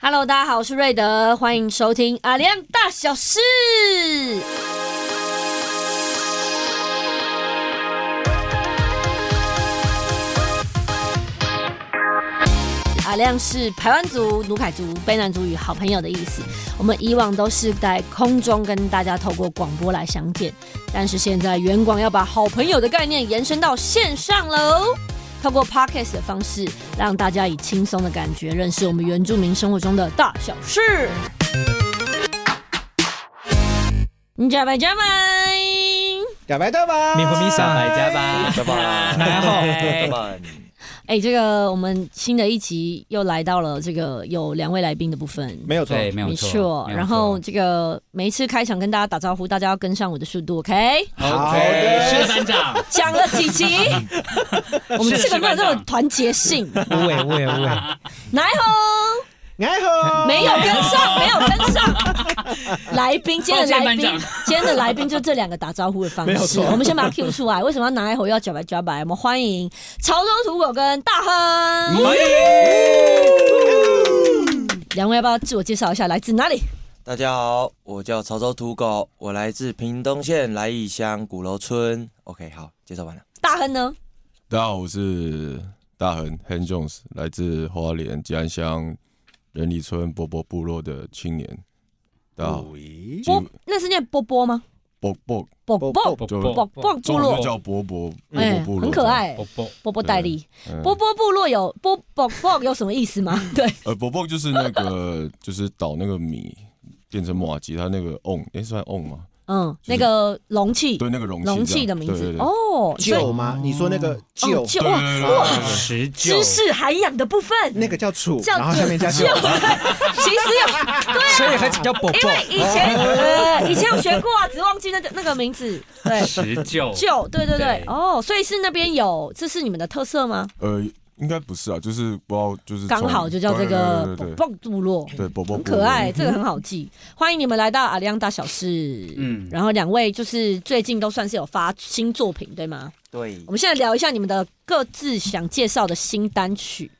Hello，大家好，我是瑞德，欢迎收听阿亮大小事。阿亮是排湾族、努凯族、卑南族与好朋友的意思。我们以往都是在空中跟大家透过广播来相见，但是现在远广要把好朋友的概念延伸到线上喽。透过 podcast 的方式，让大家以轻松的感觉认识我们原住民生活中的大小事。你加白加白，假白大吧，米粉米莎来家吧，大吧，然后来吧，哎、这个我们新的一集又来到了这个有两位来宾的部分。没有错，对，没有没错错，，然后这个每一次开场跟大家打招呼，大家要跟上我的速度，OK？好 OK，的是班长，讲了几 集，我们这个没有这是是班种长团结性，无尾无尾无 尾，来哦吼！爱好啊没有跟上，没有跟上。来宾，今天的来抱宾歉班，今天的来宾就这两个打招呼的方没有式。错我们先把它 Q 出来，为什么要拿一会儿要加白加白？我们欢迎潮州土狗跟大亨。两位要不要自我介绍一下，来自哪里？大家好，我叫潮州土狗，我来自屏东县来义乡鼓楼村。OK，好，介绍完了。大亨呢？大家好，我是大恒 Han Jones，来自花莲吉安乡仁里村波波部落的青年。大家好，喂就波，那是念波波吗？波波波波波就波波部中文落就，叫波波波哎波部落，很可。爱。啵，波波戴利，嗯波波部落有波波波有什么意思吗？对，呃，波波就是那个就是捣那个米变成马吉，它那个瓮，哎，算瓮吗？嗯，就那是个容器，对，那个容器这样，容器的名对字对对哦，所以酒吗？你说那个酒哦，就对哇对对哇，十九知，识涵养的部分，那个叫楚，叫然后下面加就其酒实，有对啊，所以还叫伯因伯。为以前哦呃以前有学过啊，只忘记那个那个名字，对。十九，就对对对对，哦，所以是那边有，这是你们的特色吗？呃，应该不是啊，就是不知道，就是刚从好就叫这个对对对对蹦部落，对，波波很部落可爱，这个很好记。欢迎你们来到阿亮大小事，嗯嗯，然后两位就是最近都算是有发新作品，对吗？对我，们现在聊一下你们的各自想介绍的新单曲。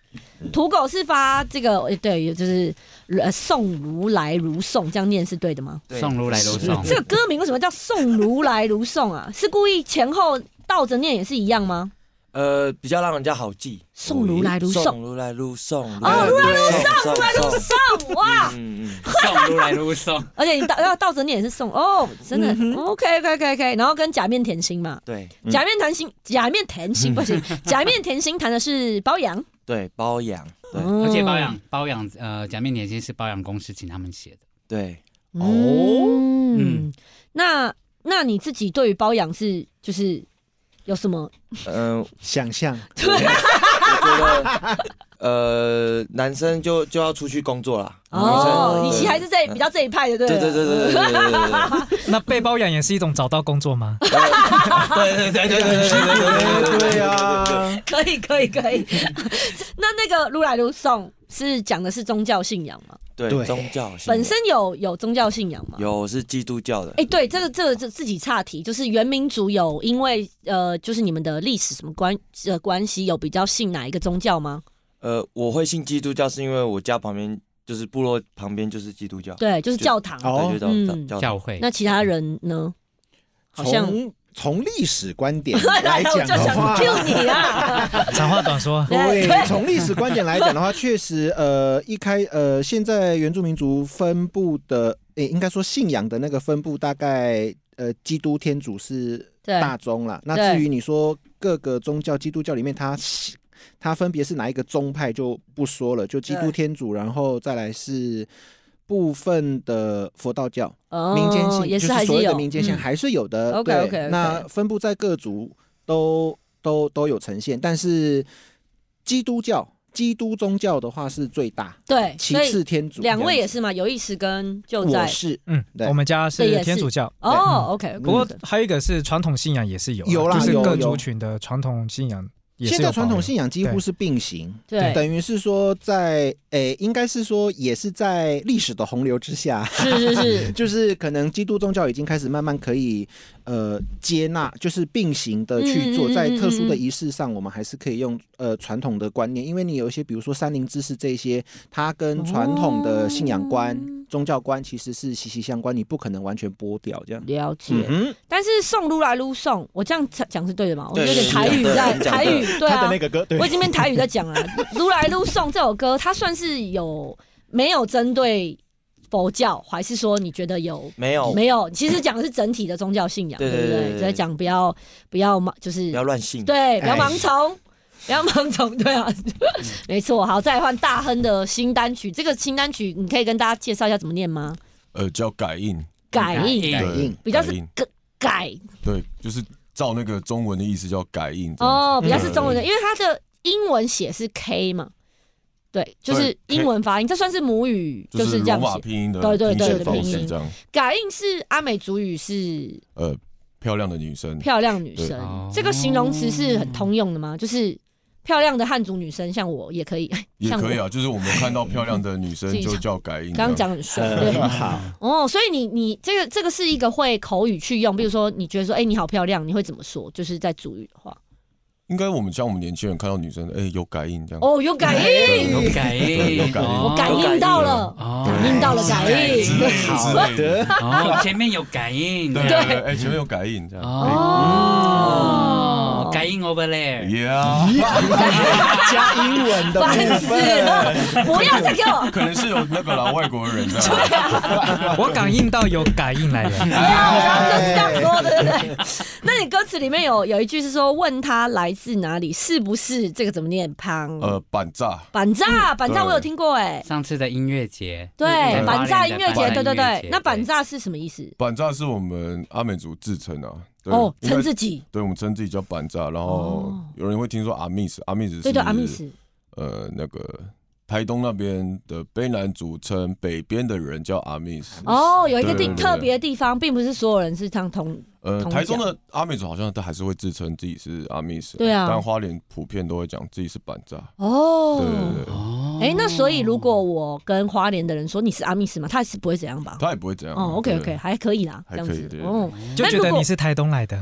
土狗是发这个，呃对，也就是呃送如来如送，这样念是对的吗？对送如来如送，这个歌名为什么叫送如来如送啊？是故意前后倒着念也是一样吗？呃，比较让人家好记。送如来如送送，如来如送，哦如来如送，如来如送。送哇！哦嗯嗯，嗯送如来如送，而且你倒要倒着念也是送哦，真的 OK OK OK OK。然后跟假面甜心嘛，对假面甜心，假面甜心不行，假面甜心弹的是包养，对，包养，对而且包养包养呃假面点心是包养公司请他们写的，对，哦，嗯嗯，那那你自己对于包养是就是有什么？嗯，想象我觉得，呃，男生就就要出去工作啦。女哦，生你其实还是在比较这一派的，对对不对对对对对对对对对。那被包养也是一种找到工作吗？对对对对对对对对对对啊，可以可以可以。那那个如来如送是讲的是宗教信仰嘛？对对对，宗教信仰本身有有宗教信仰吗？。有我是基督教的哎、，对，这个这个这自己岔题，就是原民族有因为呃，就是你们的历史什么关呃关系，有比较信哪一个宗教吗？呃，我会信基督教是因为我家旁边就是部落旁边就是基督教，对，就是就教堂。哦对，就嗯叫教教会那其他人呢？好像从从历史观点 来来我讲就的想话。 Q 你啊！长话短说，对 对，从历史观点来讲的话，确实，呃，一开，呃，现在原住民族分布的，诶、应该说信仰的那个分布，大概，呃，基督、天主是对大宗啦。那对至于你说各个宗教，基督教里面它它分别是哪一个宗派就不说了，就基督、对天主，然后再来是部分的佛道教，哦民间性、也就是还所是谓有的民间性嗯还是有的。 OK，对 OK，OK 那分布在各族都都都有呈现，但是基督教。基督宗教的话是最大，对，其所以次天主。两位也是，是嘛，有意识跟就我在是嗯嗯，对我们家对也是是天主教，哦，OK，不过还有一个是传统信仰也是有啊，有啦就是有各有族群的传统信仰也是现有在传保留统信仰几乎是并行，对等于是说在诶，应该是说也是在历史的洪流之下，是是是，就是可能基督宗教已经开始慢慢可以呃接纳，就是并行的去嗯嗯嗯做，嗯在特殊的嗯嗯仪式上，我们还是可以用呃传统的观念，因为你有一些比如说三灵知识这一些，它跟传统的信仰观、哦宗教观其实是息息相关，你不可能完全剥掉这样。了解。嗯哼，但是送撸来撸送，我这样讲是对的吗？我对有点台语你讲在的台语，对啊，个歌，对我已经变台语在讲了。撸来撸送这首歌，它算是有没有针对佛教，还是说你觉得有？没有，没有，其实讲的是整体的宗教信仰，对不对对对？对在讲不要不要盲，就是不要乱嗯信。对，不要哎盲从， 不要盲从，对啊，嗯没错。好，再来换大亨的新单曲，这个新单曲你可以跟大家介绍一下怎么念吗？呃，叫改印，改印，改对印比较改是印改改对，就是照那个中文的意思叫改印这样子。哦，比较是嗯中文的，因为它的英文写是 K 嘛，对，就是对，K 英文发音，这算是母语，就就是是这罗样马写。拼音的对对拼对写对方拼式音这样。感应是阿美族语是呃，漂亮的女生，漂亮女对生哦，这个形容词是很通用的吗？就是漂亮的汉族女生，像我也可以，也像我可以啊，就是我们看 到漂亮的女自生己讲就叫改印这刚样。刚讲很顺，对啊呃，好，哦，所以你你这个这个是一个会口语去用，比如说你觉得说，哎、你好漂亮，你会怎么说？就是在主语的话，应该我们像我们年轻人看到女生，哎，有改印这样。哦，有感应，有感应，有感应哦我感应到了，哦感应到了感应之类的之类的哦，前面有感应，对对对，哎，前面有改印这样。哦哦，感应 over there， Yeah，加英文的烦死了，不要再给我。可能是有那个老外国人这样。 我感应到有感应来了，就是这样说的，对不对？那你歌词里面有有一句是说，问他来自哪里，是不是这个怎么念？旁呃，板炸，板炸，板炸对我有听过哎，上次的音乐节，对，嗯板炸音乐节，对对对。那板炸炸是什么意思？板炸是我们阿美族自称啊。对哦，应该称自己，对，我们称自己叫板炸，然后哦有人会听说阿密斯，阿密斯是对对，阿密斯。呃那个台东那边的卑南族称北边的人叫阿密斯，哦，有一个地对对对特别的地方，并不是所有人是这样同呃同台中的阿美族好像都还是会自称自己是阿密斯，对啊但花莲普遍都会讲自己是板炸，哦对。对对，哦哎，那所以如果我跟花莲的人说你是阿密斯嘛，他是不会怎样吧？他也不会这样，啊哦，OK 嗯对 OK，还可以啦，这还样可以子对对对哦。就觉那如得果你是台东来的，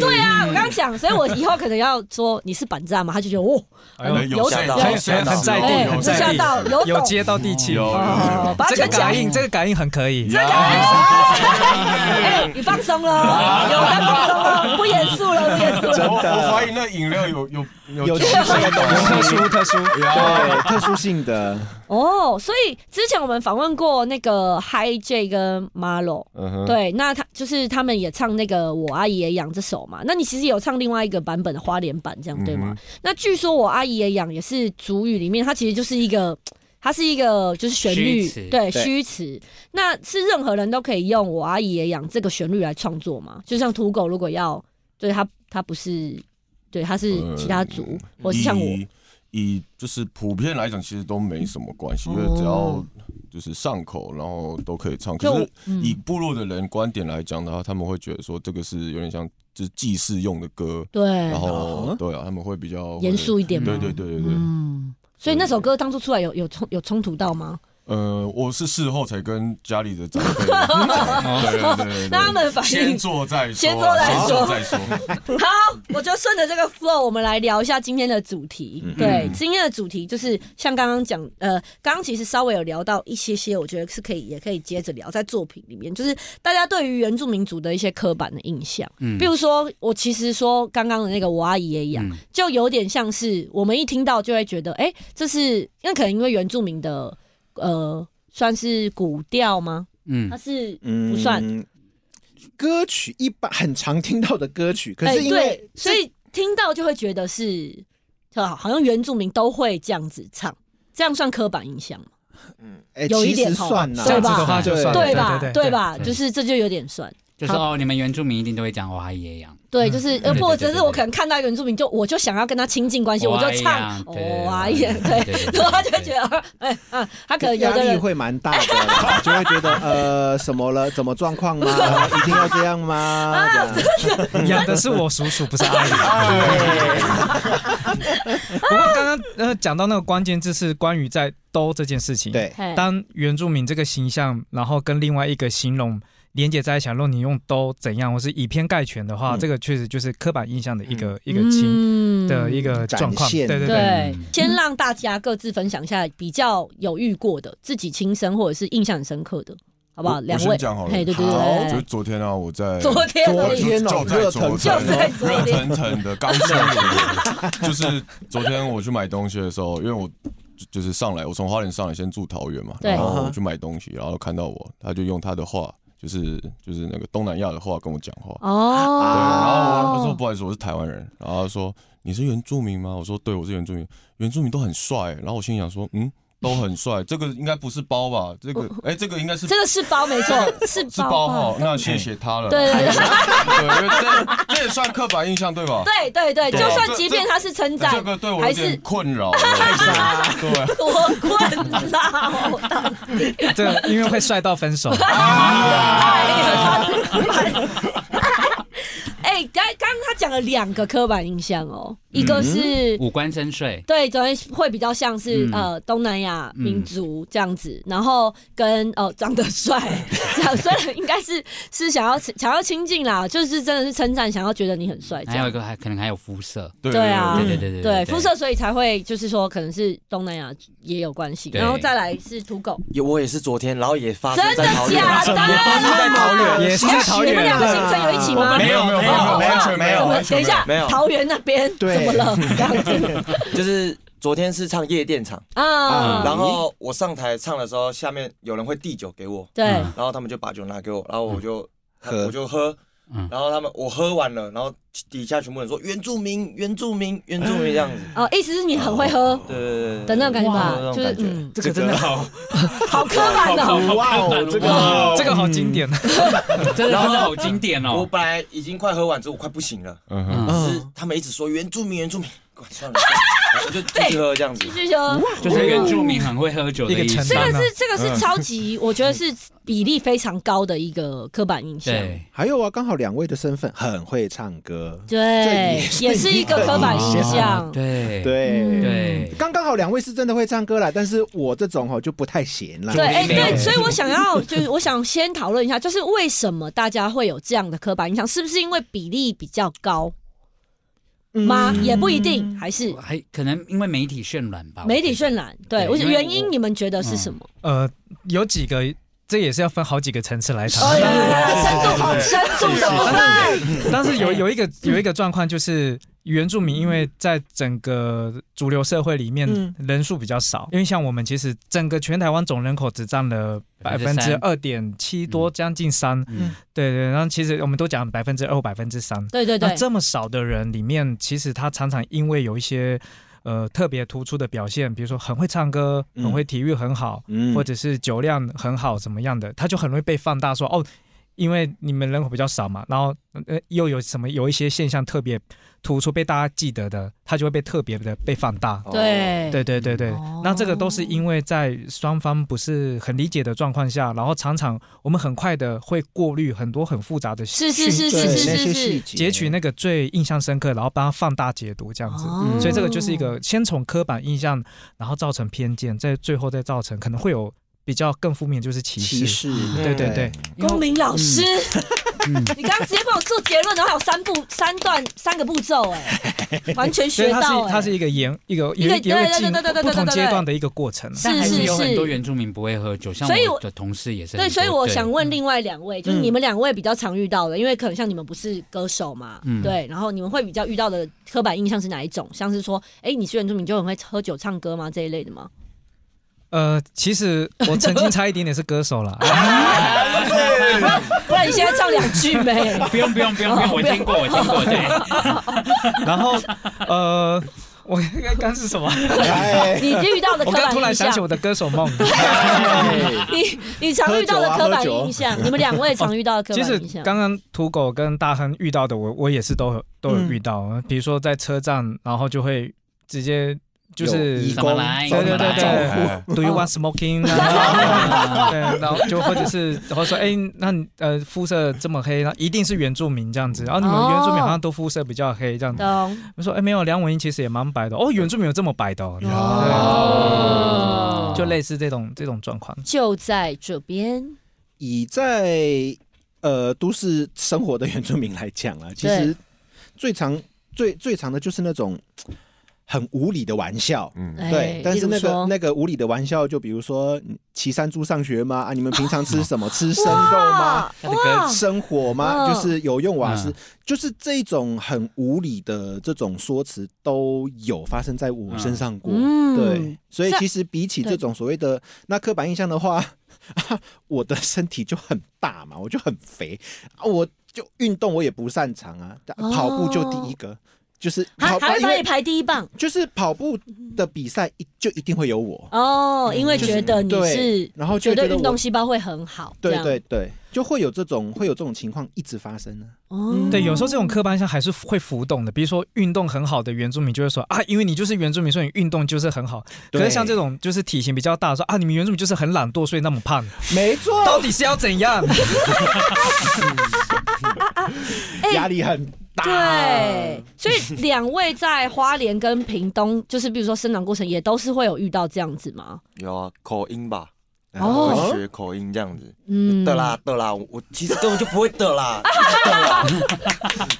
对啊，我刚刚讲，所以我以后可能要说你是板炸嘛，他就觉得哦，哎呦哎有有吓有到，有有吓到很在地哎有有在吓地到，有有懂，接到地气，有有哦有，把它这个圈起来感应，这个感应很可以。 哎，你放 松了，有在放松了，不严肃了，不严肃我了。我怀疑那饮料有有有有趣的特东西，殊特殊，对，特殊性的，哦，所以之前我们访问过那个 Hi J 跟 Marlo，嗯哼，对，那他就是他们也唱那个《我阿姨也养》这首嘛。那你其实有唱另外一个版本的花莲版，这样对嗯吗？那据说《我阿姨也养》也是主语里面，它其实就是一个，它是一个就是旋律虚，词对，对虚词。那是任何人都可以用《我阿姨也养》这个旋律来创作嘛？就像土狗如果要，对它它不是，对它是呃其他族，或是像我，以以就是普遍来讲，其实都没什么关系，因为只要哦就是上口，然后都可以唱。就可是嗯以部落的人观点来讲的话，他们会觉得说这个是有点像就是祭祀用的歌，对然，哦后对啊，他们会比较严肃一点嘛对对对对对，嗯。所以那首歌当初出来有有冲有冲突到吗？呃，我是事后才跟家里的长 辈，对对对对对，那他们反应先做再说，先做再说先做再说。好， 我就顺着这个 flow，我们来聊一下今天的主题。嗯对，今天的主题就是像刚刚讲，呃，刚刚其实稍微有聊到一些些，我觉得是可以，也可以接着聊在作品里面，就是大家对于原住民族的一些刻板的印象。嗯比如说，我其实说刚刚的那个我阿姨也一啊样，嗯就有点像是我们一听到就会觉得，哎、这是那可能因为原住民的呃，算是古调吗？它嗯，是嗯，不算。歌曲一般很常听到的歌曲，可哎，是因为、对，所以听到就会觉得是，啊，好像原住民都会这样子唱，这样算刻板印象吗？哎有一点其实吼算啦，这样子的话吧就算了对吧？对对吧？对就是这就有点算，就是哦，你们原住民一定都会讲华语洋，对，就是呃，嗯对或对者是对对我可能看到一个原住民，就我就想要跟他亲近关系，我就唱华语洋哇耶，对，哦哎对对 然后他就觉得，啊哎啊，他可能有压的力人会蛮大的啦，就会觉得呃什么了，怎么状况吗？一定要这样吗？这样养的是我叔叔，不是阿姨。 不过刚刚呃讲到那个关键字是关于在“兜”这件事情。，对，嘿当原住民这个形象，然后跟另外一个形容连接在一起，如果你用“兜”怎样，或是以偏概全的话，嗯这个确实就是刻板印象的一个、一个清嗯的一个状展况。现对对对，对嗯，先让大家各自分享一下比较有遇过的、自己亲身或者是印象很深刻的，好不好？我两我位先，讲好了嘿，对对好对就对是昨天啊，我在对，昨天昨而已天哦就在热昨腾天就在昨热天腾腾的刚下炉，就是昨天我去买东西的时候，因为我就就是上来，我从花莲上来先住桃园嘛，对然后我去买东西，然后看到我，他就用他的话，就是就是那个东南亚的话跟我讲话，对，然后我我说哦，不好意思，我是台湾人，然后他说你是原住民吗？我说对，我是原住民，原住民都很帅、然后我心里想说，嗯，都很帅，这个应该不是包吧？这个哎、这个应该是这个是包没 错，是是包吧哈，那谢谢他了。对对对对，因为这这也算刻板印象对吧？对对对，对就啊算这即便他是称赞这，个对我还有是点困扰。对，对多困 扰。这个因为会帅到分手。 哎，刚刚刚他讲了两个刻板印象哦，一个是。嗯五官深邃，对，昨天会比较像是、嗯呃东南亚嗯民族这样子，然后跟呃长得帅， 这样虽然应该是是想要想要亲近啦，就是真的是称赞，想要觉得你很帅这还有一样。个还可能还有肤 色，对对啊对对对对肤色，所以才会就是说，可能是东南亚也有关系，对然后再来是土狗，也我也是昨天，然后也发生真的在桃园，假的？在桃园，也是在桃你们两园个行程有一起吗？没有没有没有哦完全没有怎么完等一下没有，桃园那边对怎么了？这样子 就是昨天是唱夜店场，啊，然后我上台唱的时候，下面有人会递酒给我，对嗯然后他们就把酒拿给我，然后我就喝我就喝嗯，然后他们我喝完了，然后底下全部人说原住民原住民原住民这样子，哦，意思是你很会喝对对对的那种感觉哇吧？那种就是感觉嗯，这个真的好，好刻板哦。哇哦，这个这个好经典，真的真的好经典我哦。本来已经快喝完之后，我快不行了，嗯嗯哼，只是他们一直说原住民原住民，管算了，算了我就继续喝这样子继。续说，就是原住民很会喝酒的一个意承思这担。啊个是这个是超级，我觉得是比例非常高的一个刻板印象。对，还有啊，刚好两位的身份很会唱歌，对，也是一个刻板印哦象。对嗯对。对，刚刚好两位是真的会唱歌啦，但是我这种哦就不太行啦。对，哎，没有对，所以我想要，就是我想先讨论一下，就是为什么大家会有这样的刻板印象？是不是因为比例比较高嗯吗？也不一定，还是还可能因为媒体渲染吧，媒体我觉得渲染？对，对我因为原我因你们觉得是什么？呃，有几个，这也是要分好几个层次来谈。哎呀，深度好深度怎么办？ 但是有有一个有一个状况就是。原住民因为在整个主流社会里面嗯人数比较少，因为像我们其实整个全台湾总人口只占了百分之3%二点七多，将近三。嗯对对，然后其实我们都讲百分之二、百分之三。对对那对，这么少的人里面，其实他常常因为有一些呃特别突出的表现，比如说很会唱歌、嗯很会体育很好，嗯或者是酒量很好怎么样的，他就很容易被放大说哦，因为你们人口比较少嘛，然后呃又有什么有一些现象特别突出被大家记得的，他就会被特别的被放大。嗯哦对对对对对，那这个都是因为在双方不是很理解的状况下，然后常常我们很快的会过滤很多很复杂的是是是对讯是是那是些是细，节截取那个最印象深刻，然后帮他放大解读这样子。哦所以这个就是一个先从刻板印象，然后造成偏见，再最后再造成可能会有比较更负面，就是歧视。歧视，嗯对对对，因为公民老师，嗯你刚刚直接帮我做结论，然后还有三步、三段、三个步骤，哎，完全所以学它到，是哎它，是一个延一个一个有有一个对对对进对对对对不同对对阶段的一个过程。但还是是有是很多原住民不会喝酒，像所以我我的同事也是很多。对，所以我想问另外两位，就是嗯你们两位比较常遇到的，因为可能像你们不是歌手嘛，嗯对，然后你们会比较遇到的刻板印象是哪一种？像是说，哎，你是原住民就很会喝酒唱歌吗？这一类的吗？呃，其 实我曾经差一点点是歌手啦，啊不然你现在唱两句没？哦 不用不用不用不用，我听过我听过，对，然后呃，我刚刚是什么？哎，你遇到的我刻刚板突然印想象 起，我的歌手梦。你你常遇到的刻啊板印象，你们两位常遇到的刻哦其板实印象，刚刚土狗跟大亨遇到的我，我也是都有都有遇嗯到。比如说在车站，然后就会直接 就是有义怎么来？对怎么对嗯对对来？哎 Do you want smoking？啊对，然后就或者是然后说，哎、那你呃肤色这么黑，那一定是原住民这样子。然后啊你们哦原住民好像都肤色比较黑这样子。懂我说，哎、没有，梁文音其实也蛮白的。哦，原住民有这么白的、哦，哦对，就类似这种这种状况。就在这边，以在呃都市生活的原住民来讲啊，其实最常最最常的就是那种很无理的玩笑。嗯，哎对，但是那例如个说那个无理的玩笑，就比如说嗯骑山猪上学吗？啊，你们平 常吃什么？吃生肉吗？哇哇，生火吗？啊嗯就是有用瓦斯，嗯就是这种很无理的这种说辞都有发生在我身上过。嗯对，所以这其实比起这种所谓的那刻板印象的话、 啊，我的身体就很大嘛，我就很肥，啊、我就运动我也不擅长啊，但哦跑步就第一个，就是还跑还会因把你为排第一棒就是跑步的比赛一就一定会有我，哦，因为嗯就是觉得你是对，然后觉就得会觉运得动我。细胞会很好，这对样对对，就会有这种会有这种情况一直发生呢、哦对，有时候这种刻板印象还是会浮动的。比如说运动很好的原住民就会说啊，因为你就是原住民，所以你运动就是很好。可对是像这种就是体型比较大，说啊，你们原住民就是很懒惰，所以那么胖，没错，到底是要怎样？压力很大。哎对，所以两位在花莲跟屏东，就是比如说生长过程，也都是会有遇到这样子吗？有啊，口音吧，哦会学口音这样子。嗯，的啦的啦，我我其实根本就不会的啦。的啦，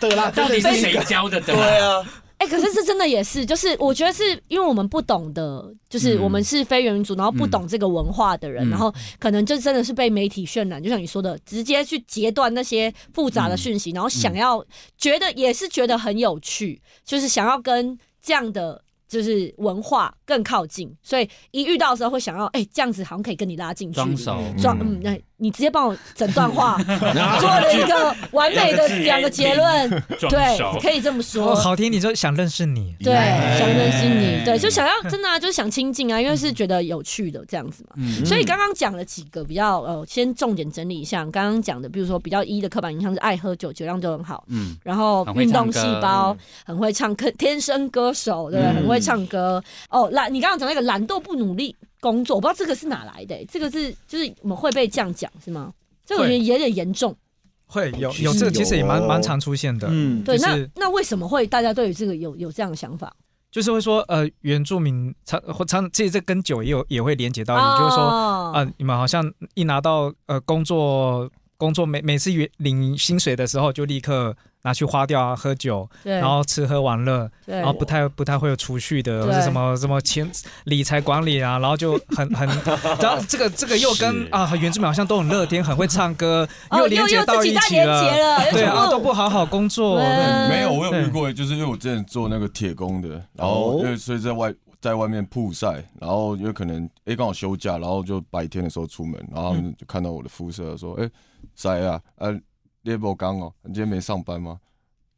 对啦， 到底是真的谁教的？对对啊，哎、可是这真的也是，就是我觉得是因为我们不懂的，就是嗯我们是非原民族，然后不懂这个文化的人，嗯然后可能就真的是被媒体渲染，就像你说的，直接去截断那些复杂的讯息，然后想要觉得也是觉得很有趣，就是想要跟这样的。就是文化更靠近，所以一遇到的时候会想要，哎、这样子好像可以跟你拉近距装离。手，装嗯，那你直接帮我整段话做了一个完美的两个结论，对，可以这么哦，说。好听，你就想认识你。对，哎想认识你，嗯对，就想要真的啊，就是想亲近啊，因为是觉得有趣的这样子嘛。嗯所以刚刚讲了几个比较呃，先重点整理一下，刚刚讲的，比如说比较一的刻板印象是爱喝酒，酒量就很好，嗯，然后很会运动唱歌细嗯胞很会唱歌，天生歌手对不对？嗯很会唱歌哦。懒，你刚刚讲那个懒惰不努力工作，我不知道这个是哪来的，欸这个是就是我们会被这样讲是吗？这个我觉得有点严重。会有其实有这个其实也蛮有哦蛮常出现的，嗯，对，就是那那为什么会大家对于这个有有这样的想法？就是会说呃原住民常或常其实这跟酒也有也会连接到，也就是说哦啊，你们好像一拿到呃工作工作每每次原领薪水的时候就立刻拿去花掉啊，喝酒，对，然后吃喝玩乐，对然后不太不太会有储蓄的，对或者什么什么钱理财管理啊，然后就很很， 然后这个这个又跟是啊原住民好像都很乐天，很会唱歌，哦连接到自一己在起连接了。了，对啊，又都不好好工作，对嗯没有，我有遇过，就是因为我之前做那个铁工的，然哦后因为所以在外在外面曝晒，然后因为可能哎刚好休假，然后就白天的时候出门，然后他嗯们就看到我的肤色，说哎谁啊，呃 level 刚哦，你今天没上班吗？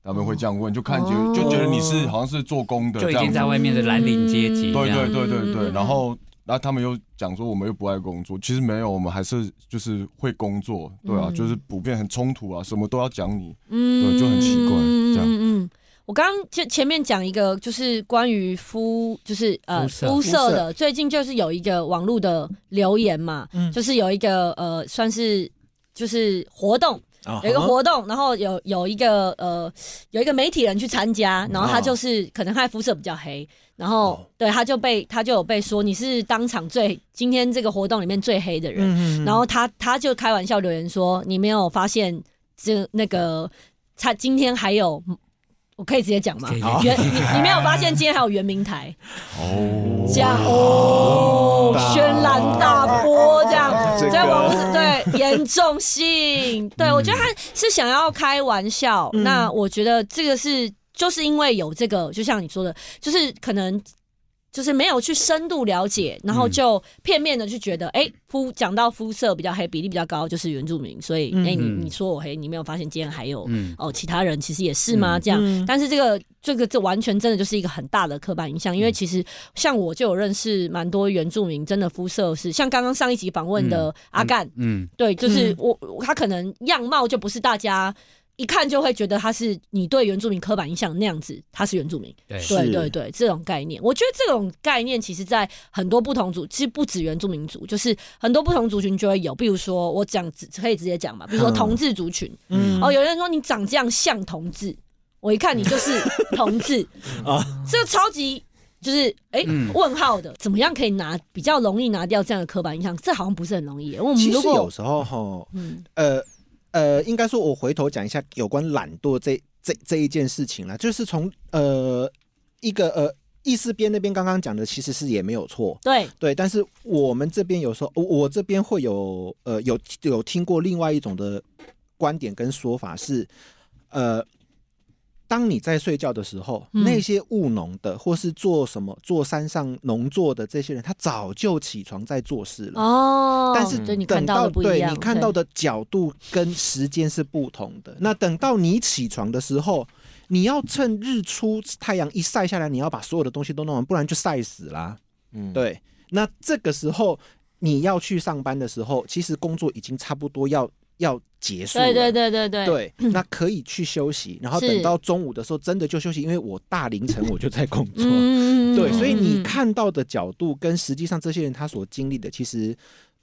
他们会这样问，就看哦就就觉得你是好像是做工的就这已样经子在，外面的蓝领阶级，这对样对对对对，嗯然后。然后他们又讲说我们又不爱工作，其实没有，我们还是就是会工作，对啊，嗯就是普遍很冲突啊，什么都要讲你，嗯对就很奇怪这样嗯嗯，我刚刚前前面讲一个，就是关于肤，就是呃肤色肤色的，最近就是有一个网络的留言嘛，嗯就是有一个呃，算是就是活动，啊啊有一个活动，然后有有一个呃，有一个媒体人去参嗯加，然后他就是可能他的肤色比较黑，然后哦对他就被他就有被说你是当场最今天这个活动里面最黑的人，嗯然后他他就开玩笑留言说：“你没有发现这那个他今天还有，我可以直接讲吗可以？好原你你没有发现今天还有圆明台哦这样哦，轩然大波这样，这个在网络上对严重性，对我觉得他是想要开玩笑，嗯那我觉得这个是就是因为有这个，就像你说的，就是可能。就是没有去深度了解，然后就片面的去觉得，哎、肤讲到肤色比较黑，比例比较高就是原住民，所以嗯哎、你嗯你说我黑，你没有发现今天还有、嗯，哦其他人其实也是吗？嗯这样，嗯但是这个这个这完全真的就是一个很大的刻板印象，因嗯为其实像我就有认识蛮多原住民，真的肤色是像刚刚上一集访问的阿干，嗯，对，就是嗯我我他可能样貌就不是大家。一看就会觉得他是你对原住民刻板印象那样子，他是原住民。对，是对对对，这种概念，我觉得这种概念其实，在很多不同族，其实不止原住民族，就是很多不同族群就会有。比如说，我讲只可以直接讲嘛，比如说嗯同志族群，嗯哦，有人说你长这样像同志，我一看你就是同志 啊啊，这个超级就是哎、嗯问号的，怎么样可以拿比较容易拿掉这样的刻板印象？这好像不是很容易耶。我们其如实有果时候哈，嗯呃呃，应该说，我回头讲一下有关懒惰这这这一件事情啦，就是从呃一个呃意思边那边刚刚讲的，其实是也没有错，对对。但是我们这边有时候，我我这边会有呃有有听过另外一种的观点跟说法是，呃。当你在睡觉的时候，嗯那些务农的或是做什么做山上农作的这些人，他早就起床在做事了。哦，嗯但是对你看等到的不一对样，你看到对的角度跟时间是不同的。那等到你起床的时候，你要趁日出太阳一晒下来，你要把所有的东西都弄完，不然就晒死啦。嗯，对，那这个时候你要去上班的时候，其实工作已经差不多要要结束了。对对对对对对， 那可以去休息，然后是等到中午的时候真的就休息，因为我大凌晨我就在工作。嗯对，所以你嗯看到的角度跟实际上这些人他所经历的其实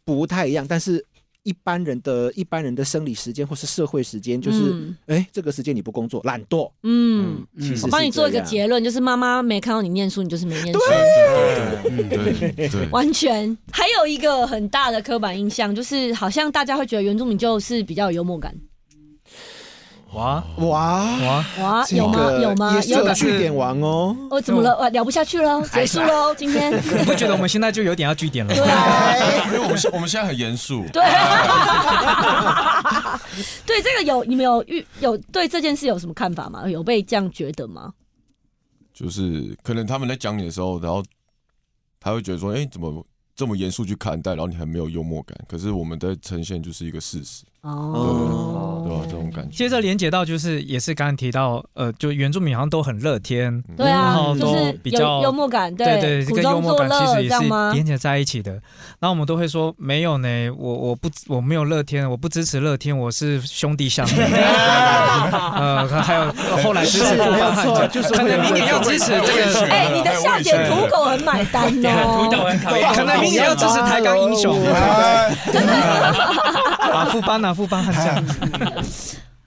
不太一样，但是一般人的一般人的生理时间或是社会时间，就是嗯哎、诶这个时间你不工作，懒惰，嗯，嗯其实是我帮你做一这个样结论，就是妈妈没看到你念书，你就是没念书。对嗯，对对对 对，完全，还有一个很大的刻板印象，就是好像大家会觉得原住民就是比较有幽默感，哇哇，哇，哇，这啊有吗？个有吗？也是有有感据点王哦。我怎么了？啊，聊不下去了，结束喽，今天。你不觉得我们现在就有点要据点了对啊吗？ 因为我们现我们现在很严肃，对， 对，这个有你们有遇有对这件事有什么看法吗？有被这样觉得吗？就是可能他们在讲你的时候，然后他会觉得说，哎、怎么这么严肃去看待，然后你很没有幽默感。可是我们在呈现就是一个事实，哦，嗯对吧、这种感觉。接着连接到就是也是刚刚提到，呃，就原住民好像都很乐天，对然啊，后就嗯都是比有较幽默感，对，苦跟幽中默作感其乐实这也样吗是？连接在一起的。然后我们都会说没有呢，我我不我没有乐天，我不支持乐天，我是兄弟相 的。呃，还有后来支持是富没有邦悍错，将，就是可会有能明这年要支持这个，哎，你的笑点土狗很买单 哦。很讨厌可能明年要支持台钢英雄。哦哎啊，富邦啊，富邦悍将，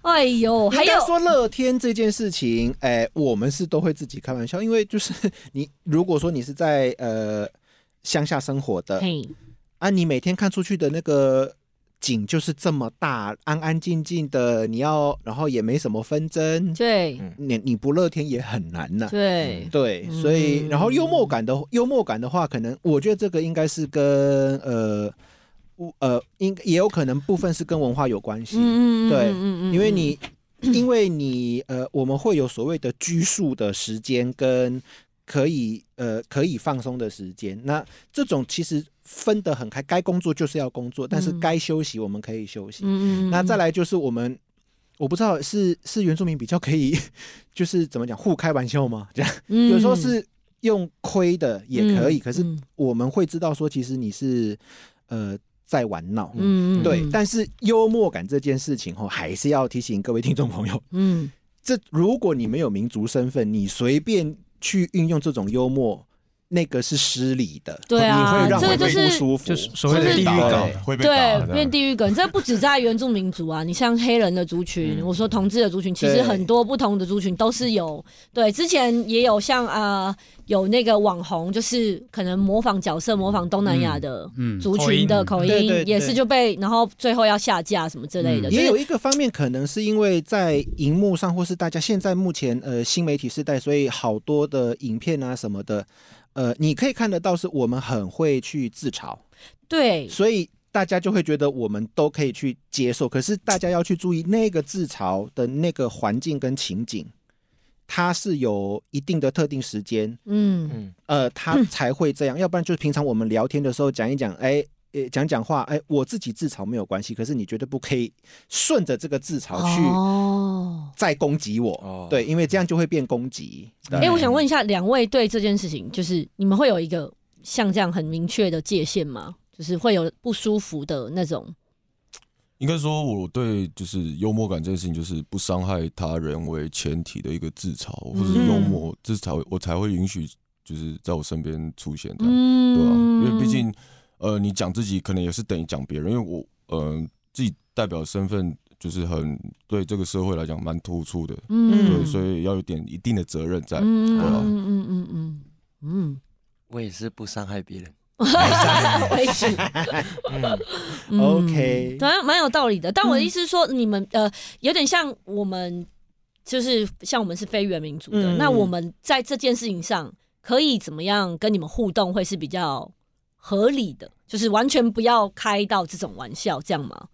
哎呦，还应有该说乐天这件事情，哎、我们是都会自己开玩笑，因为就是你如果说你是在呃乡下生活的，嘿，啊，你每天看出去的那个景就是这么大，安安静静的，你要然后也没什么纷争，对你你不乐天也很难呐、对，对，所以然后幽默感嗯的幽默感的话，可能我觉得这个应该是跟呃。我呃，应也有可能部分是跟文化有关系，嗯对嗯因为你，因为你，呃，我们会有所谓的拘束的时间跟可以，呃，可以放松的时间。那这种其实分得很开，该工作就是要工作，但是嗯该休息我们可以休息。嗯 那再来就是我们，我不知道是是原住民比较可以， 就是怎么讲互开玩笑吗？这样嗯有时候是用亏的也可以，可是嗯我们会知道说，其实你是，呃，在玩闹。嗯对，但是幽默感这件事情哦，还是要提醒各位听众朋友， 嗯这如果你没有民族身份，你随便去运用这种幽默，那个是失礼的，对啊你会让这个人就是不舒服。就是所谓的地狱打狗欸。会被打对的，变地狱梗，这不止在原住民族啊，你像黑人的族群，我说同志的族群，其实很多不同的族群都是有。对，之前也有像呃有那个网红，就是可能模仿角色，模仿东南亚的嗯，族群的口对对音，对也是就被然后最后要下架什么之类的，嗯就也是有一个方面，可能是因为在荧幕上，或是大家现在目前呃新媒体时代，所以好多的影片啊什么的，呃，你可以看得到，是我们很会去自嘲，对所以大家就会觉得我们都可以去接受。可是大家要去注意那个自嘲的那个环境跟情景，它是有一定的特定时间，嗯嗯，呃，它才会这样。要不然就是平常我们聊天的时候讲一讲，哎。呃，讲讲话，哎，我自己自嘲没有关系，可是你绝对不可以顺着这个自嘲去哦。再攻击我，哦对，因为这样就会变攻击。对哎、嗯我想问一下，两位对这件事情，就是你们会有一个像这样很明确的界限吗？就是会有不舒服的那种，应该说，我对就是幽默感这件事情，就是不伤害他人为前提的一个自嘲，或者嗯是幽默，这才会我才会允许，就是在我身边出现这样，对吧、嗯因为毕竟，呃，你讲自己可能也是等于讲别人，因为我，呃，自己代表身份就是很对这个社会来讲蛮突出的，嗯对，所以要有点一定的责任在。嗯对啊嗯嗯嗯嗯嗯我也是不伤害别人。嗯，为主。 嗯，嗯 OK 嗯对啊，蛮有道理的。但我的意思是说，你们呃，有点像我们，就是像我们是非原民族的，嗯那我们在这件事情上可以怎么样跟你们互动，会是比较合理的，就是完全不要开到这种玩笑，这样吗？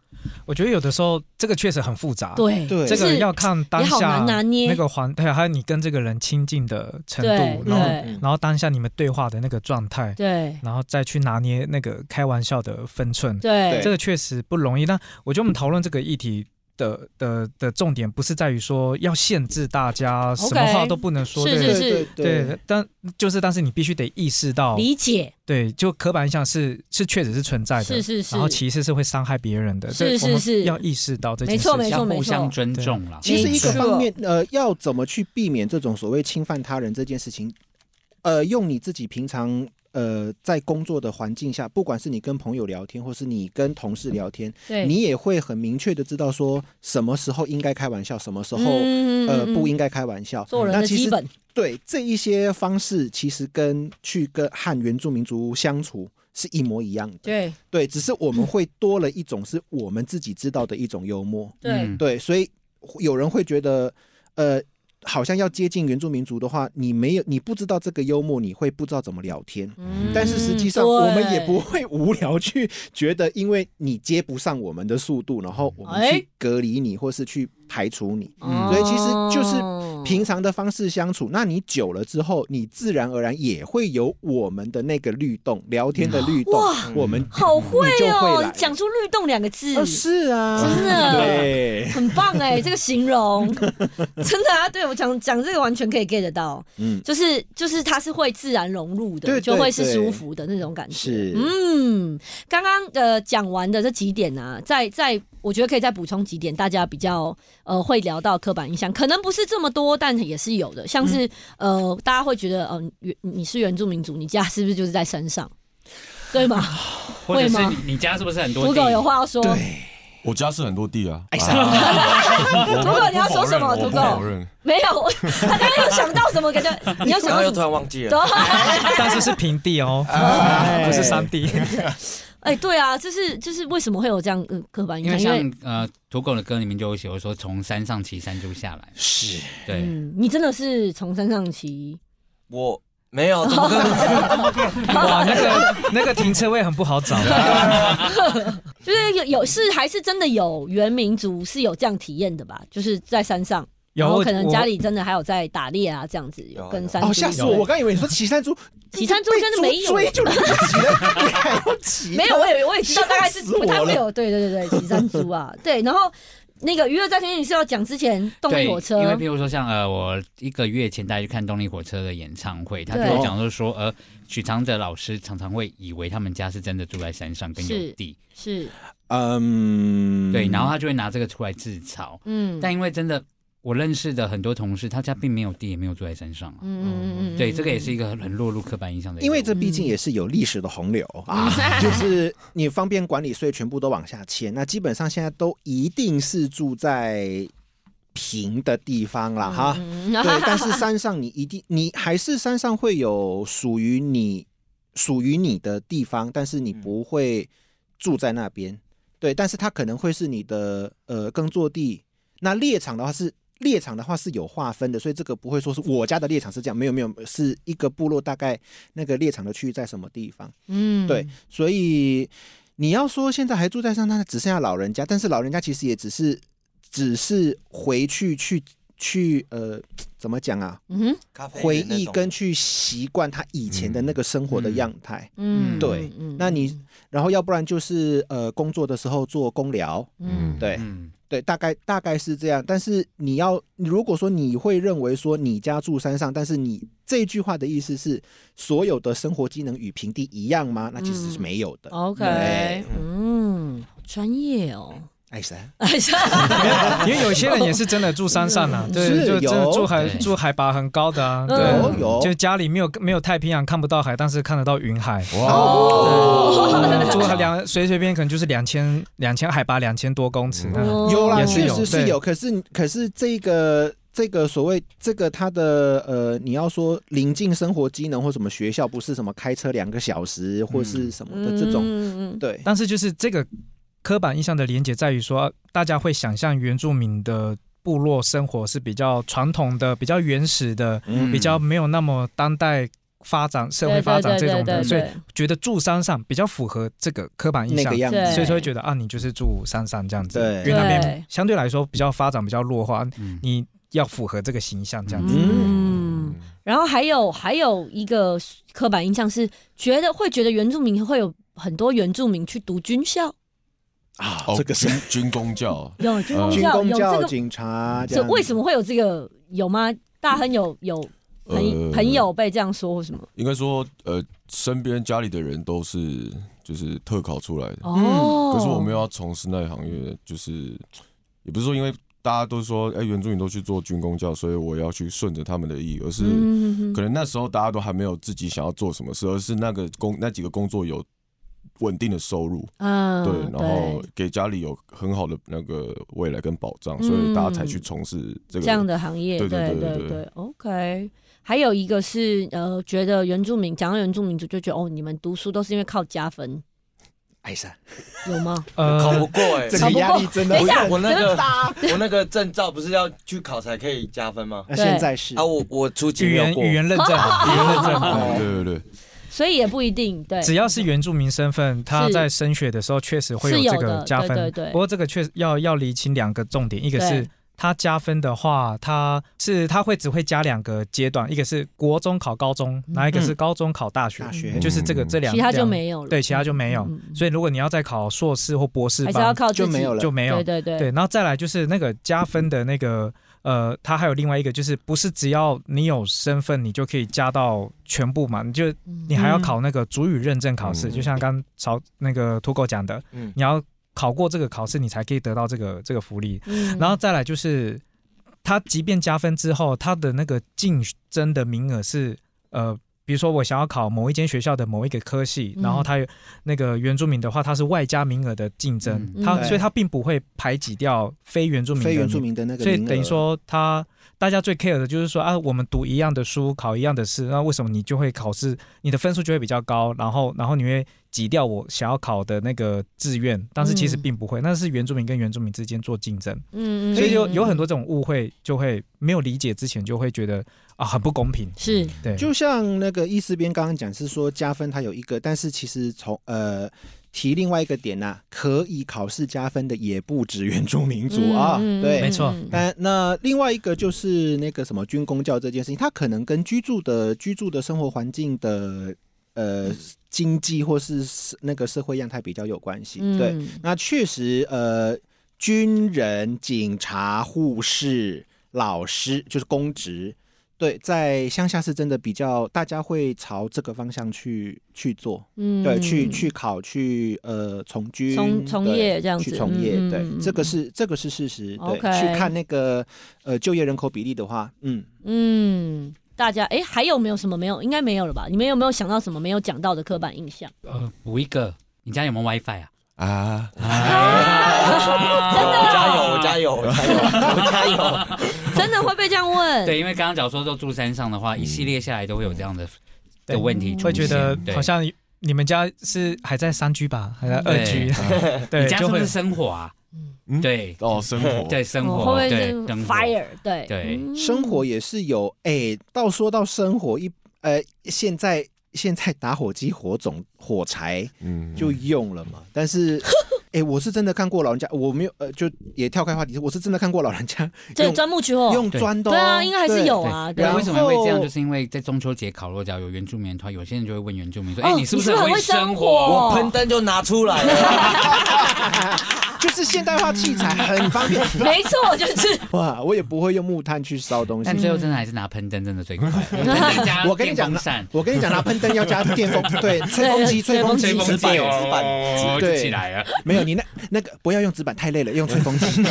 我觉得有的时候这个确实很复杂，，对啊对这就个是要看当也好下难拿捏那个环，对，还有你跟这个人亲近的程对嗯度，然后对然后当下你们对话的那个状态，对然后再去拿捏那个开玩笑的分寸，对对这个确实不容易。但我觉得我们讨论这个议题的的的重点，不是在于说要限制大家什么话都不能说，是对是对是对对对，但就是但是你必须得意识到，理解，对，就刻板印象是是确实是存在的，是是是然后歧视是会伤害别人的，是对是我们是要意识到这件没事情。错没错要没互错相，尊重啦。其实一个没错方面，呃，要怎么去避免这种所谓侵犯他人这件事情？呃，用你自己平常呃在工作的环境下，不管是你跟朋友聊天，或是你跟同事聊天，对，你也会很明确的知道说什么时候应该开玩笑，什么时候、嗯呃嗯嗯不应该开玩笑。做人那的其基实本，对这一些方式，其实跟去跟和原住民族相处是一模一样的。对对，只是我们会多了一种是我们自己知道的一种幽默。对嗯，对，所以有人会觉得，呃，好像要接近原住民族的话，你没有，你不知道这个幽默，你会不知道怎么聊天。嗯但是实际上，我们也对不会无聊去觉得，因为你接不上我们的速度，然后我们哎去隔离你，或是去排除你。哦嗯所以其实就是嗯平常的方式相处，那你久了之后，你自然而然也会有我们的那个律动，聊天的律动哇，我们好会你就哦会，你来讲出“律动”两个字，哦是啊，嗯真的对，很棒哎、 这个形容 真的啊，对我讲讲这个完全可以 get 得到，嗯，就是就是它是会自然融入的，对对就会是对舒服的那种感觉。是，嗯，刚刚呃讲完的这几点啊，在在我觉得可以再补充几点，大家比较呃会聊到刻板印象，可能不是这么多，但也是有的，像是、嗯呃大家会觉得呃原你是原住民族，你家是不是就是在山上，对吗？或者会是吗你你家是不是很多土狗地有话要说，我家是很多地哎啊， 土狗你要说什么？我土不狗否认，没有，我他刚刚有想到什么，感觉你要想 然到后什又突么？然忘记对啊了。，但是是平地 哦，哎不是山地。 哎，对啊，就是就是为什么会有这样呃刻板印因为象？像呃土狗的歌里面就有写，我说从山上骑山猪下来，是对，嗯，你真的是从山上骑，我没有，怎么可能？哇，那个那个停车位很不好找。啊就是有有是还是真的有原民族是有这样体验的吧？就是在山上，有然后我可能我家里真的还有在打猎啊，这样子有有跟有山哦，猪啊吓一死起我！我刚以为你说骑山猪，骑山猪真的没有被猪追就来不及了，你还要骑？没有，我也我也知道，大概是吓死不太我会了有。对对对对，骑山猪啊，对，然后。那个娱乐在天你是要讲之前动对，力火车因为譬如说像呃，我一个月前大家去看动力火车的演唱会，他就对有讲说说呃，许常德老师常常会以为他们家是真的住在山上跟是有地，是嗯，对，然后他就会拿这个出来自嘲。嗯但因为真的，我认识的很多同事，他家并没有地，也没有住在山上啊。嗯对，这个也是一个很落入刻板印象的一个嗯因问为题。这毕竟也是有历史的洪流啊， 就是你方便管理，所以全部都往下切。那基本上现在都一定是住在平的地方啦，哈。嗯 对，但是山上你一定，你还是山上会有属于你属于你的地方，但是你不会住在那边。对，但是它可能会是你的呃耕作地。那猎场的话是猎场的话是有划分的，所以这个不会说是我家的猎场是这样，没有没有，是一个部落大概那个猎场的区域在什么地方。嗯对，所以你要说现在还住在上，那只剩下老人家，但是老人家其实也只是只是回去去去呃怎么讲啊？嗯哼咖啡回园那忆种跟去习惯他以前的那个生活的样态，嗯，对嗯那你然后要不然就是呃工作的时候做公聊，嗯对嗯，对，大概大概是这样。但是你要如果说你会认为说你家住山上，但是你这句话的意思是所有的生活机能与平地一样吗？那其实是没有的。哦，OK，对嗯，好专业哦，哎神，哎呀 因为有些人也是真的住山 上啊，对，是就真的有住海对住海拔很高的嗯啊，有对，哦有就家里没有没有太平洋看不到海，但是看得到云海。哦住两随随便可能就是两千两千海拔两千多公尺，哦有啦，也是确有实是对有。可是可是这个这个所谓这个它的呃，你要说临近生活机能或什么学校，不是什么开车两个小时或是什么的这种，嗯嗯对，但是就是这个刻板印象的连结在于说，大家会想象原住民的部落生活是比较传统的、比较原始的、嗯比较没有那么当代发展、社会发展这种的，对对对对对所以觉得住山上比较符合这个刻板印那象个。样子对，所以说会觉得啊，你就是住山上这样子，对因为那对边相对来说比较发展比较弱化，嗯你要符合这个形象这样子。嗯，然后还有还有一个刻板印象是觉得会觉得原住民会有很多原住民去读军校，啊哦，这个是军军工教，有军嗯工军校，工有这教、个警察这这样子，为什么会有这个有吗？大亨有有朋、呃朋友被这样说或什么？应该说，呃，身边家里的人都是就是特考出来的，哦，嗯可是我没有要从事那一行业，就是也不是说因为大家都说，哎、原住民都去做军工教，所以我要去顺着他们的意，而是嗯，可能那时候大家都还没有自己想要做什么事，而是那个工那几个工作有稳定的收入，嗯对，然后给家里有很好的那个未来跟保障，嗯所以大家才去从事这个这样的行业，对对对对对对，OK。还有一个是呃，觉得原住民讲到原住民族就觉得哦，你们读书都是因为靠加分，哎神，有吗？考呃不，过哎、这考不个过压力真的等一下我那真的 个吧我那个证照不是要去考才可以加分吗？那对现在是啊，我我初级语没有言过，语言认 证，语言认证。嗯对对对，所以也不一定，对，只要是原住民身份，他在升学的时候确实会是有这的个加分。对对对不过这个确实要要厘清两个重点，一个是对他加分的话，他是他会只会加两个阶段，一个是国中考高中，嗯然后一个是高中考大学，大学就是这个嗯这两其他就两没有了，对，其他就没有。嗯嗯所以如果你要再考硕士或博士还是要班，靠自就己没有了就没有。对对对对，然后再来就是那个加分的那个，呃，它还有另外一个，就是不是只要你有身份，你就可以加到全部嘛？你就嗯你还要考那个主语认证考试，嗯就像刚曹那个土狗讲的，嗯你要考过这个考试，你才可以得到这个这个福利。嗯然后再来就是，他即便加分之后，他的那个竞争的名额是呃。比如说，我想要考某一间学校的某一个科系，嗯然后他有那个原住民的话，他是外加名额的竞争，嗯他对所以他并不会排挤掉非原住民的非原住名民的那个所名额，以等于说他，大家最 care 的就是说啊，我们读一样的书，考一样的试，那为什么你就会考试，你的分数就会比较高，然后然后你会挤掉我想要考的那个志愿，但是其实嗯并不会，那是原住民跟原住民之间做竞争，嗯嗯所以就有很多多这种误会，就会没有理解之前就会觉得啊很不公平，是对，就像那个伊思边刚刚讲是说加分它有一个，但是其实从呃提另外一个点呐、可以考试加分的也不止原住民族啊，嗯嗯对，没错嗯嗯但那另外一个就是那个什么军工教这件事情，它可能跟居住的居住的生活环境的呃经济或是是那个社会样态比较有关系。嗯对，那确实呃，军人、警察、护士、老师就是公职，对，在乡下是真的比较大家会朝这个方向去去做。嗯对，去去考去呃从军从从对业这样去子从业，嗯对嗯，这个嗯是这个是事实。对， OK 去看那个呃就业人口比例的话，嗯，嗯。大家哎、还有没有什么没有？应该没有了吧？你们有没有想到什么没有讲到的刻板印 象？呃，补一个，你家有没有 WiFi 啊？啊，啊哦哦我加油，我加油，我加油，我加油！真的会被这样问？对，因为刚刚讲说说住山上的话，一系列下来都会有这样的嗯对的问题出会现，觉得对好像你们家是还在三居吧，还在二对居，你 对，家是就不会是生火啊？嗯对哦，生活，对，生哦会活不会对是灯火 fire？对对嗯生活也是有哎，到说到生活一呃，现在现在打火机火种火柴嗯就用了嘛，但是哎，我是真的看过老人家，我没有呃，就也跳开话题，我是真的看过老人家这用钻木取火，用对砖的哦，对啊，应该还是对有啊，对啊然后为。什么会这样？后就是因为在中秋节烤肉，只要有原住民团，有些人就会问原住民说：“哦哎，你是不你是不是很很会会生生活活我喷灯就拿出 来了，就是现代化器材很方便 没错，就是哇！我也不会用木炭去烧东？”西但。最后真的还是拿喷灯，真的最快。喷灯 加我跟你 讲电风扇，我跟你讲，拿喷灯要加电风，对，吹风机，吹风吹机，风纸机板，哦纸板，哦就对起来了。没有你那那个不要用纸板，太累了，用吹风机。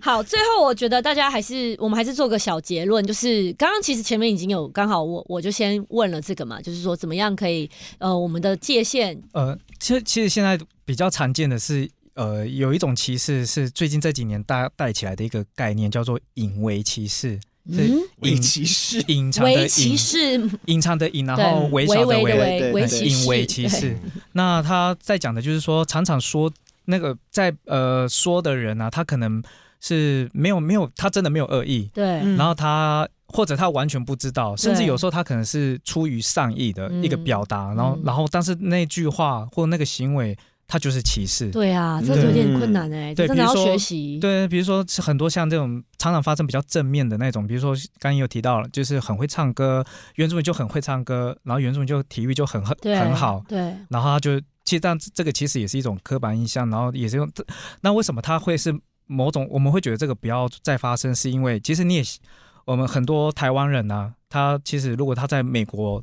好，最后我觉得大家还是我们还是做个小结论，就是刚刚其实前面已经有刚好我我就先问了这个嘛，就是说怎么样可以呃我们的界限呃，其实其实现在比较常见的是，呃，有一种歧视是最近这几年大家带起来的一个概念，叫做隐微歧视，是嗯隐 视，隐藏的为歧隐，视，隐藏的隐，然对后微小的微微的，对微对微对歧视，隐微歧对，视。那他在讲的就是说，常常说那个在呃说的人啊，他可能是没有没有，他真的没有恶意，对，嗯然后他或者他完全不知道，甚至对有时候他可能是出于善意的一个嗯表达，然后嗯然后但是那句话或那个行为，他就是歧视。对啊，这有点困难哎，这嗯对真的比要如说学习，对，比如说是很多像这种常常发生比较正面的那种，比如说刚刚也有提到了，就是很会唱歌，原住民就很会唱歌，然后原住民就体育就很很对，很好，对，然后他就其实但这个其实也是一种刻板印象，然后也是用那为什么他会是某种我们会觉得这个不要再发生，是因为其实你也我们很多台湾人呢、他其实如果他在美国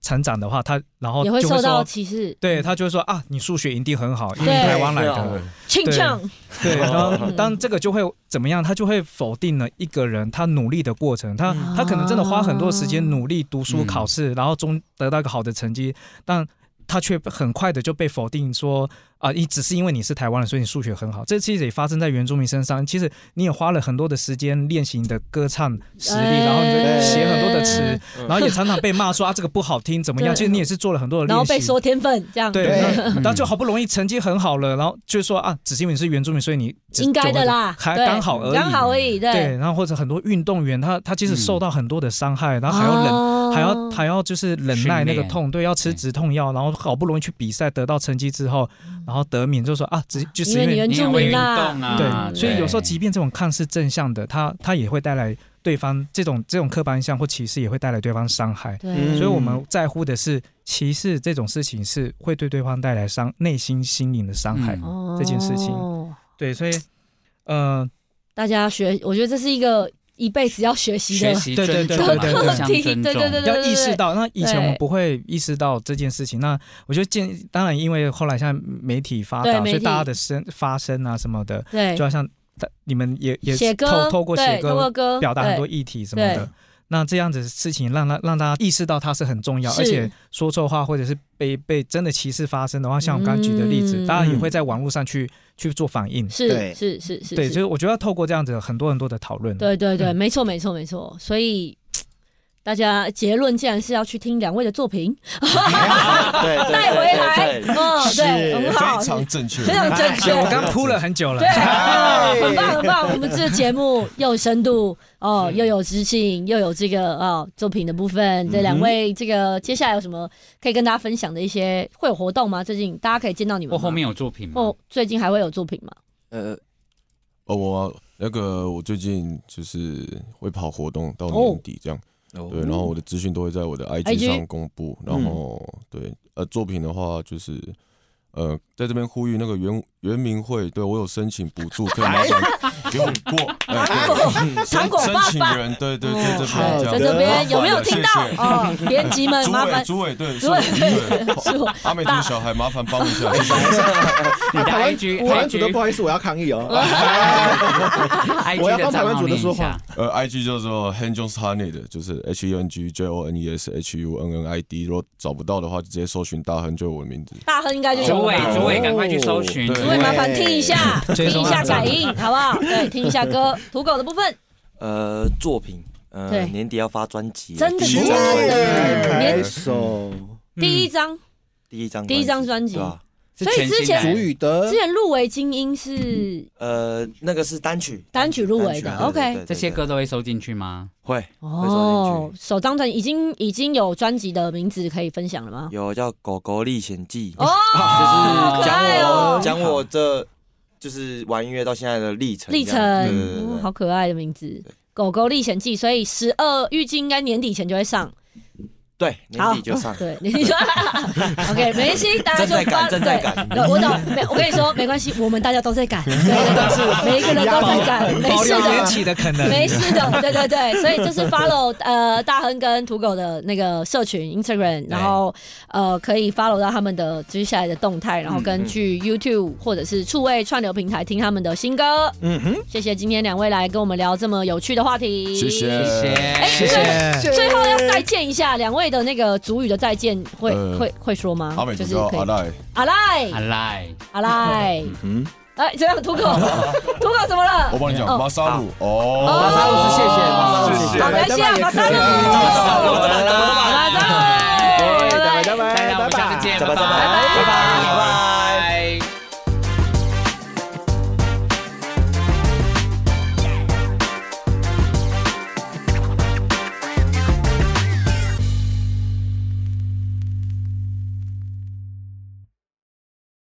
成长的话，他然后也哦就会会受到说。歧视，对他就会说啊，你数学一定很好，因为对你台湾来对的啊。倾向， 对，然后嗯当这个就会怎么样？他就会否定了一个人他努力的过程，他啊嗯他可能真的花很多时啊间努力读书嗯考试，然后终得到一个好的成绩，但他却很快的就被否定说啊，你只是因为你是台湾人，所以你数学很好。这其实也发生在原住民身上。其实你也花了很多的时间练习你的歌唱实力，哎然后你就写很多的词，嗯然后也常常被骂说啊这个不好听怎么样？对其实你也是做了很多的然练后习，被说天分这样，对，对然后嗯然后就好不容易成绩很好了，然后就说啊，只是因为你是原住民，所以你只应该的啦，还对刚好而已，刚好而已，对，，然后或者很多运动员，他他即使受到很多的伤害，然后还要忍，忍还要还要就是忍耐那训个练痛，对，要吃对止痛药，然后好不容易去比赛得到成绩之后，然后得名就说啊，只就是因为你原你住很会民运啦动，啊，对，所以有时候对即便这种看似正向的，他他也会带来对方这种这种刻板印象或歧视，也会带来对方伤害。对嗯所以我们在乎的是歧视这种事情是会对对方带来伤内心心灵的伤害。嗯哦这件事情对，所以呃，大家学，我觉得这是一个一辈子要学习的。学习对对尊对重嘛，对对对互相对尊对重，对对要意识到。那以前我们对不会意识到这件事情。那我就建议，当然因为后来像媒体发对达，媒所以大体家的声发声啊什么的， 对就，好像你们也也写歌，透透过写对透过歌歌表达很多对议题什么对的。那这样子的事情让让让大家意识到它是很重要，是而且说错话或者是被被真的歧视发生的话，像我刚刚举的例子，嗯大家也会在网络上去去做反应。是对是是是，对，是就是我觉得要透过这样子很多很多的讨论。对对对，嗯没错没错没错。所以大家结论竟然是要去听两位的作品，对对对带回来对，对嗯，对，是很好，非常正确，非常正确对，。哎我刚铺了很久了对，。啊很棒很棒！我们这个节目又有深度哦，又有知性，又有这个哦作品的部分。这两位，这个接下来有什么可以跟大家分享的一些会有活动吗？最近大家可以见到你们或吗？后面有作品吗？哦，最近还会有作品吗？呃，哦，我那个我最近就是会跑活动到哦年底这样，对，呃哦然后我的资讯都会在我的 IG IG 上公布，然后嗯对，呃，作品的话就是。呃，在这边呼吁那个原原民会，对我有申请补助，可以麻烦给我过，啊哎对哦糖果申爸申爸请人，对对，哦在这边在这边这样，麻烦了有没有听到谢？谢哦，编辑们主麻委，烦主委，对，是主委我 主是委，我阿美族小孩，麻烦帮一下，谢谢。你的啊台湾 IG 台湾组的 IG 不好意思，我要抗议哦。 IG 我要帮的台湾账号组的念一说下话呃，IG 叫做 h a n j o n s Honey 的，就是 H E N G J O N E S H U N N I D。如果找不到的话，就直接搜寻大亨，就是我的名字。大亨应该就主有委了吧。主委，赶快去搜寻。哦对诸位麻烦对听一下，听追一踪下啊按赞改音，好不好？对，听一下歌。土狗的部分，呃，作品，呃对，年底要发专辑了，真的第一假张专辑的拍连手，嗯第一张第一张，第一张专辑对吧？是所以全之新前主的语的之前入围金鹰是呃，那个是单曲，单曲入围的单曲对对，OK。对这些对歌都会收进去吗？会会收哦进，去。首张专辑已经已经有专辑的名字可以分享了吗？ 有叫《狗狗历险记》，哦，就是我这就是玩音乐到现在的历程这历样程、对对对对哦对好可爱的名字《狗狗历险记》，所以十二预计应该年底前就会上。对，年好，底就上，对，年 底就 OK，没关系，大家啊正就在发赶，正在对赶。呃我懂，没，我跟你说，没关系，我们大家都在 赶，对对对每一个人都在赶，没保事留的年。起的可能。没事的，对对对，所以就是 follow 呃大亨跟土狗的那个社群 Instagram，然后呃可以 follow 到他们的接下来的动态，然后跟去 YouTube 或者是触位串流平台听他们的新歌。嗯哼，谢谢今天两位来跟我们聊这么有趣的话题，谢谢谢哎。谢。谢谢。最后要再见一下两位的那个主语的再见会呃会会说吗阿美？就族是叫可以阿赖，阿赖阿赖，阿赖，嗯，哎，这样土狗土狗怎么我了？帮你讲，哦马萨鲁哦哦，马萨鲁是谢谢马萨鲁是谢谢好，感谢马三路，马三路，马三路。拜拜拜拜，大家我们下次见，拜拜拜拜。